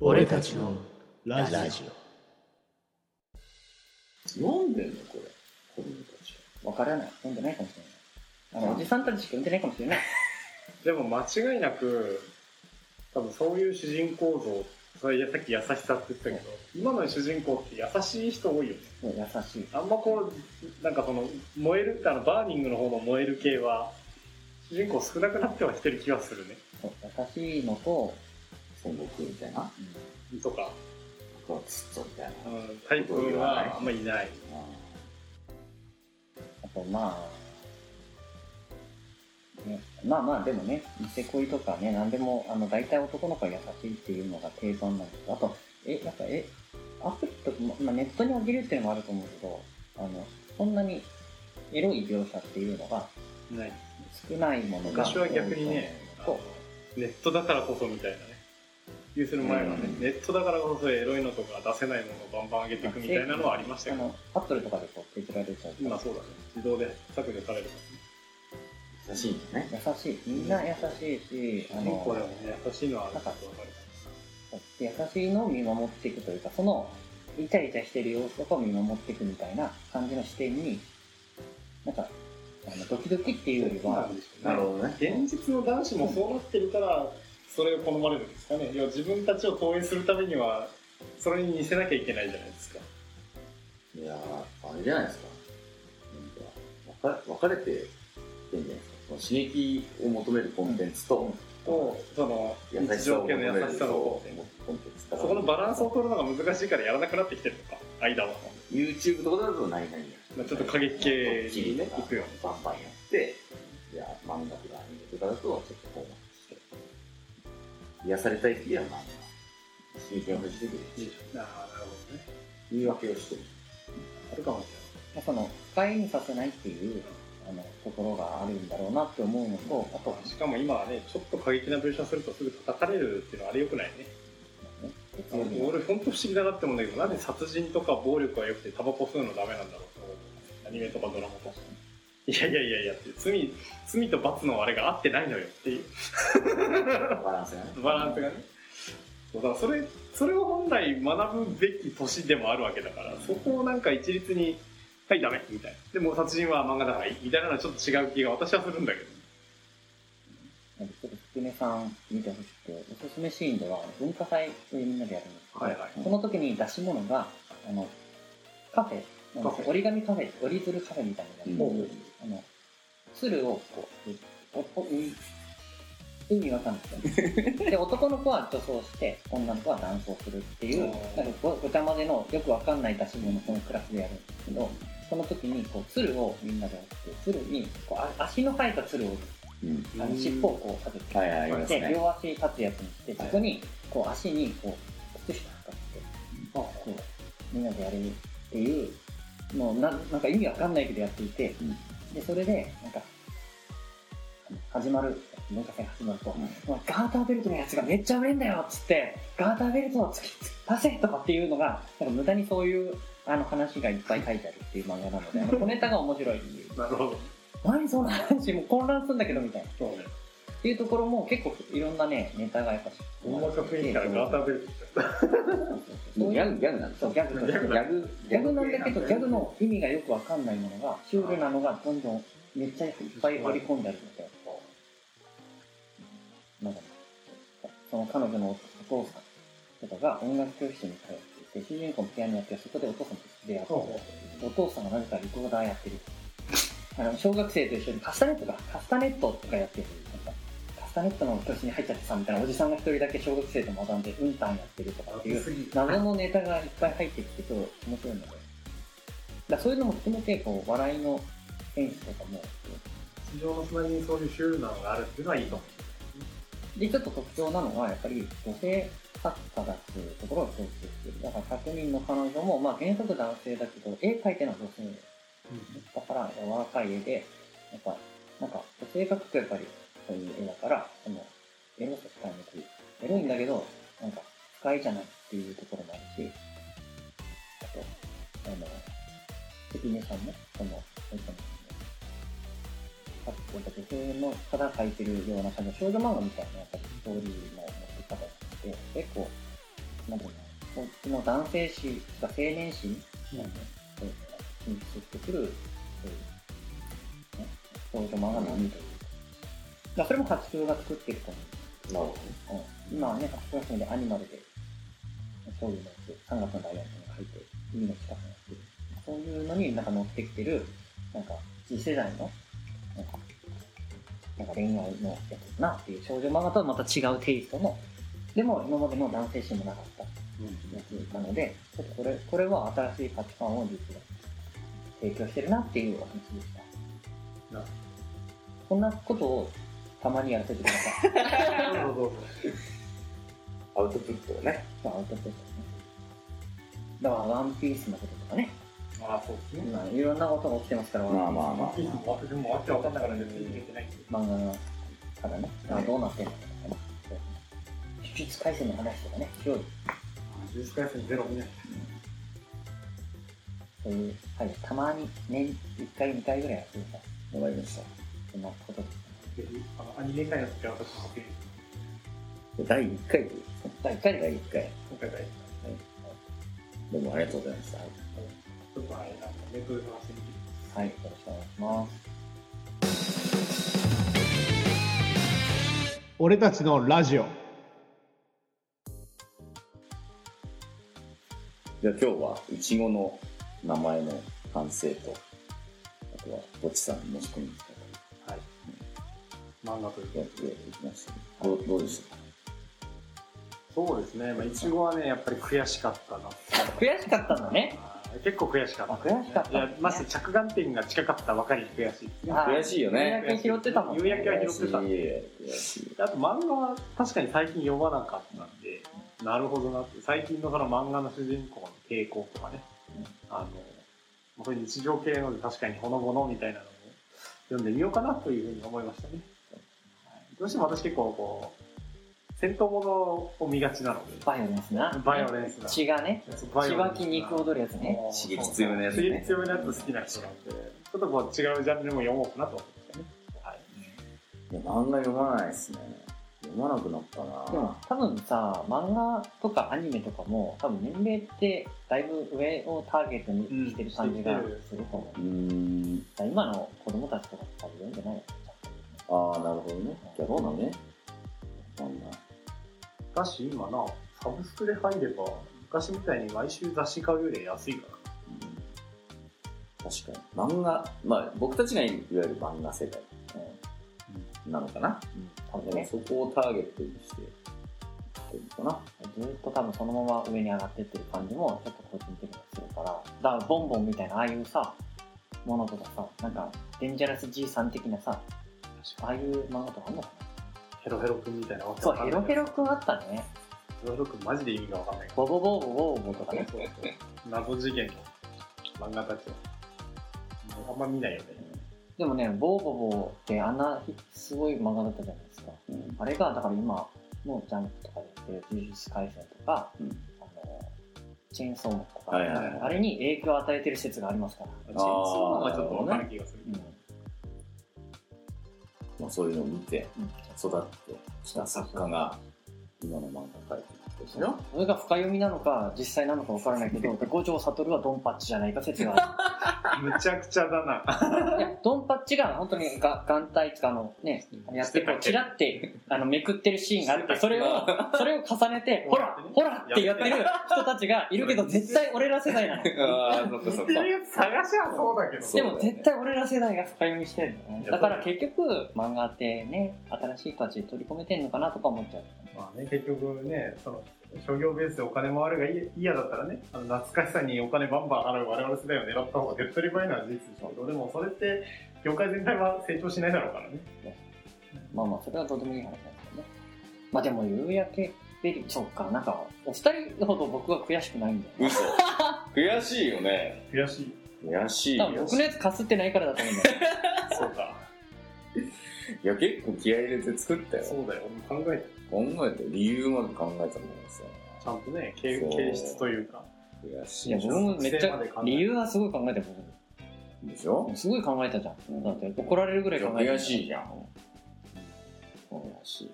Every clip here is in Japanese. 俺たちのラジオ。読んでんのこれ。子供たち。わからない。読んでないかもしれない。あの、おじさんたちしか読んでないかもしれない。でも間違いなく、多分そういう主人公像、それさっき優しさって言ったけど、今の主人公って優しい人多いよね。もう優しい。あんまこう、なんかその、燃えるってあの、バーニングの方の燃える系は、主人公少なくなってはきてる気はするね。そう優しいのと、戦国みたいな。とか、あとはツッツォみたいな。うん、タイプはあんまいない。あとまあ、ね、まあまあでもね、ニセ恋とかね、なんでも、あの、大体男の子は優しいっていうのが定番なんですけど、あと、え、やっぱ、え、アプリとか、ままあ、ネットに上げるっていうのもあると思うけど、あの、そんなにエロい描写っていうのがない。少ないものが昔は逆にね多いと思うのと、ネットだからこそみたいなね。言うする前はね、うんネットだからこそエロいのとか出せないものをバンバン上げていくみたいなのはありましたあけど、の、アップルとかでこう、削られちゃうから今そうだね。自動で削除されるからね。優しいんだね。優しい。みんな優しいし、あ主人公でもね、の、優しいのはあるかとわかる。優しいのを見守っていくというか、その、イチャイチャしてる様子とかを見守っていくみたいな感じの視点に、なんか、あのドキドキっていうよりは、なるほどね。現実の男子もそうなってるからそれを好まれるんですかねいや自分たちを投影するためにはそれに似せなきゃいけないじゃないですかいやー、あれじゃないですか。なんか、分か分かれてるんじゃないですか。その刺激を求めるコンテンツと、とその優し日さを常求系めのる優しさのコ方ンテンツからそこのバランスを取るのが難しいからやらなくなってきてるのか間は、 YouTube とかだとないないまあ、ちょっと過激系にね行くよねバンバンやっていや漫画とかアニメとかだとちょっとこうして癒されたい時は漫画刺激が欲しい時にああなるほどね言い訳をしてるあるかもしその、不快にさせないっていう、あの、ところがあるんだろうなって思うのと、あれとない、しかも今はねちょっと過激な描写するとすぐ叩かれるっていうのはあれよくないね月曜日の俺本当不思議だなって思うんだけどなんで殺人とか暴力はよくてタバコ吸うのダメなんだろうと思うアニメとかドラマとかいやいやいやいやって罪罪と罰のあれが合ってないのよっていうバランスがねバランスがねそうだからそれそれを本来学ぶべき年でもあるわけだからそこをなんか一律に「はいダメ」みたいなでも殺人は漫画だからいいみたいなのはちょっと違う気が私はするんだけどなんでちょっと福根さん見てほしくて、おすすめシーンでは、文化祭をみんなでやるんですけど、はいはいその時に出し物が、あの、カフェ、なんかカフェ折り紙カフェ、折り鶴カフェみたいなのがあって、あの、鶴をこう、おおい意味わかんない ですよ。で、男の子は女装して、女の子は男装するっていう、うんなんかごごちゃ混ぜのよくわかんない出し物をこのクラスでやるんですけど、その時にこう鶴をみんなで折って、鶴にこうあ足の生えた鶴を折る、うんあの尻尾をこう立てて、はいはいありますでね両足立つやつにして、そこにこう足にこう、靴下使って、こうみんなでやるっていうのをななんか意味わかんないけどやっていて、うんでそれでなんかあの始まる文化祭が始まると、お前ガーターベルトのやつがめっちゃ売れんだよっつってガーターベルトを突き出せとかっていうのがなんか無駄にそういうあの話がいっぱい書いてあるっていう漫画なので あの小ネタが面白いっていうなるほど何その話もう混乱するんだけどみたいなそうねっていうところも結構いろんなねネタがやっぱし音楽雰囲気からガーターベルトってギャグギャグなんですそうギャグとしてギャグギャグなんだけど、ギャグの意味がよくわかんないものが、シュールなのがどんどんめっちゃいっぱい割り込んであるので、なんかね、その彼女のお父さんとかが音楽教室に通っていて、主人公のピアノやってる、そこでお父さんと出会ってほうほ、お父さんがなぜかリコーダーやってる。あの小学生と一緒にカスタネットか、カスタネットとかやってる。なんかカスタネットの教室に入っちゃってさ、みたいなおじさんが一人だけ小学生と学んで、うんたんやってるとかっていう、謎のネタがいっぱい入ってきてと面白いので。だからそういうのも含めて、こう、笑いのセンスとかも、地上の隣にそういうシュールなのがあるっていうのはいいと思で、ちょっと特徴なのは、やっぱり女性作家だっていうところを共通してる。だから100人の彼女も、まあ原則男性だけど、絵描いてるのは女性だから柔らかい絵で、やっぱ、なんか女性描くとやっぱりそういう絵だから、その、エロさ使いにくい。エロいんだけど、なんか使いじゃないっていうところもあるし、あと、あの、関根さんも、その、えっとさっき言った女性の方が描いてるような感じの少女漫画みたいなやっぱりストーリーの持って方があって、結構、なんていうの、こっちの男性誌とか青年誌に、そう進出してくる、そういう、ね、少女漫画の波というか。まあ、それも八九が作ってると思う。なるほどね。うん、今はね、8月でアニマルで、そういうのって、3月のダイヤルとか書いて、海の近くにやってる。そういうのになんか乗ってきてる、なんか、次世代の、なんか、なんか恋愛のやつだなっていう少女漫画とはまた違うテイストの、でも今までの男性誌もなかったやつなので、ちょっとこれ、これは新しい価値観を実は提供してるなっていうお話でした。なるこんなことをたまにやらせてください。どうぞどうぞアウトプットをね。まあ、アウトプットね。だから、ワンピースのこととかね。ああ、そうですね。まあ、いろんなことが起きてますから、まあまあまワあンピースも私もわけわかんながら全然見れてないんで。漫画のからね、まあ、どうなってんのかとかね。呪術廻戦の話とかね、広い、ジュース回線ゼロ見ない。そういう、はい、たまに年1回、2回ぐらいやってるさ、わかりました。そんなことです。であのアニメ会の時は私も見るで第1回でいいですね。第1回で第1回。今回大事どうもありがとうございました。ちょっとあれなんかネットで探してみて。はい、よろしくお願いします。俺たちのラジオじゃあ今日は、イチゴの名前の完成と、あとは、ぼちさんの仕込みとか漫画というやっていきましたけど、どうどうでしたかそうですね、まあ、いちごはね、やっぱり悔しかったな。悔しかったんだね。結構悔しかった、あ悔しかったいや、まず着眼点が近かったばかりに悔しいですね。あ悔しいよね。夕焼け拾ってたもん夕焼けは拾ってた。悔しい。あと漫画は確かに最近読まなかったんで、なるほどなって、最近のその漫画の主人公の傾向とかね、あの、そういう日常系ので確かにほのぼのみたいなのを読んでみようかなというふうに思いましたね。はいどうしても私結構こう、戦闘ものを見がちなので、バイオレンスな。バイオレンスな血がね、バイ血オレンス湧なき肉踊るやつね。刺激強めのやつね刺激強めのやつ好きな人なんで、ちょっとこう違うジャンルでも読もうかなと思ってましたね。はい。いや、漫画読まないですね。読まなくなったなでも多分さ、漫画とかアニメとかも、多分年齢ってだいぶ上をターゲットにしてる感じがすると思う。うーん。だから今の子供たちとか多分読んでないよねちゃんとねああ、なるほどね。逆にね。なんだ。だし今な、サブスクで入れば、昔みたいに毎週雑誌買うより安いか確かに。漫画、まあ僕たちがいわゆる漫画世代、うんなのかな。多分でもね。そこをターゲットにして、ってるのかずっと多分そのまま上に上がってってる感じも、ちょっと個人的にはするから。だからボンボンみたいな、ああいうさ、ものとかさ、なんか、デンジャラスじいさん的なさ、ああいう漫画とかも。な。ヘロヘロくんみたいなわけそう、わかんヘないロヘロくんあったね。ヘロヘロくんマジで意味がわかんないから。ボボボボボボボとかね。謎事件の漫画たちは。あんま見ないよね。でもね、ボーボボーってあんなすごい漫画だったじゃないですか。な。うん。あれが、だから今のジャンプとかでやってる呪術廻戦とか、うんあの、チェーンソーマンとか、はいはいはいあれに影響を与えてる説がありますから。チェーンソーマンはちょっとわかる気がする。まあそういうのを見て、うん育ってきた作家が、今の漫画描いてるんですよ。それが深読みなのか、実際なのかわからないけど、五条悟はドンパッチじゃないか説がむちゃくちゃだな。ある。いや、ドンパッチが本当にが眼帯とかのね、やってこう、チラって、あの、めくってるシーンがあるって、それを、そ れを重ねて、ほら、ほらってやってる人たちがいるけど、絶対俺ら世代 なの。ああ、そっかそっか。やつ探しはそうだけそでうだよもね絶対俺ら世代が深読みしてるんだよねいやだから結局漫画ってね新しい人たち取り込めてんのかなとか思っちゃうまあね、結局ね、その、商業ベースでお金回るがい嫌だったらね、あの懐かしさにお金バンバン払う我々世代を狙った方が手っ取り早いのは事実でしょうけど、でもそれって、業界全体は成長しないだろうからね。まあまあそれはどうでもいい話なんですけどねまあでも夕焼けベリーそうかなんかお二人ほど僕は悔しくないんだよね嘘。 悔しいよね。悔しい。悔しい多よ。分僕のやつかすってないからだと思うんだよねそうか。いや、結構気合い入れて作ったよ。そうだよ。俺も考えて、考えて、理由まで考えたもんですよ。ちゃんとね、形そう形質というか。悔しいいやでし僕ょ。もめっちゃ理由はすごい考えてるでしょ僕すごい考えたじゃんだって怒られるぐらい考えて悔しいいじゃん。悔しい。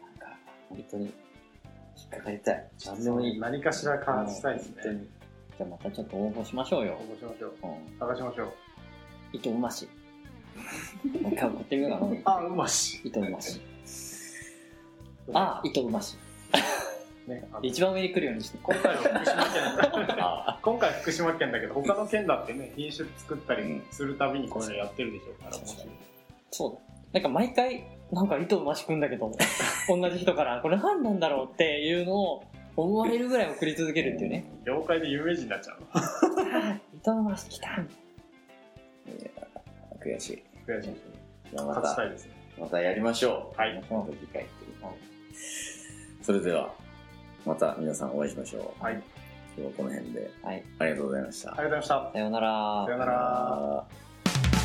なんか、本当に、っかかりたい。なんでもいい。何かしら感じたいですね。うんじゃあまたちょっと応募しましょうよ応。募しましょう。うん。探しましょう。糸うまし。もう一回送ってみようかあ、な。うまし。糸うまし。ああ、糸うまし。ね、あの一番上に来るようにして。今回は福島県だあ今回は福島県だけど、他の県だってね、品種作ったりするたびにこういうのやってるでしょうから、うん面白いそうだ。なんか毎回、なんか糸うましくんだけど、同じ人から、これ何なんだろうっていうのを思われるぐらい送り続けるっていうね。業界で有名人になっちゃうの。糸うまし来た悔しい。悔しい。じゃあま勝ちたた、いですね。またやりましょう。はいまた次回ということでそれでは、また皆さんお会いしましょう。はい。今日はこの辺で、はい。ありがとうございました。ありがとうございました。さようならさよ。なら。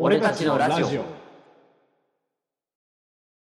俺たちのラジオ。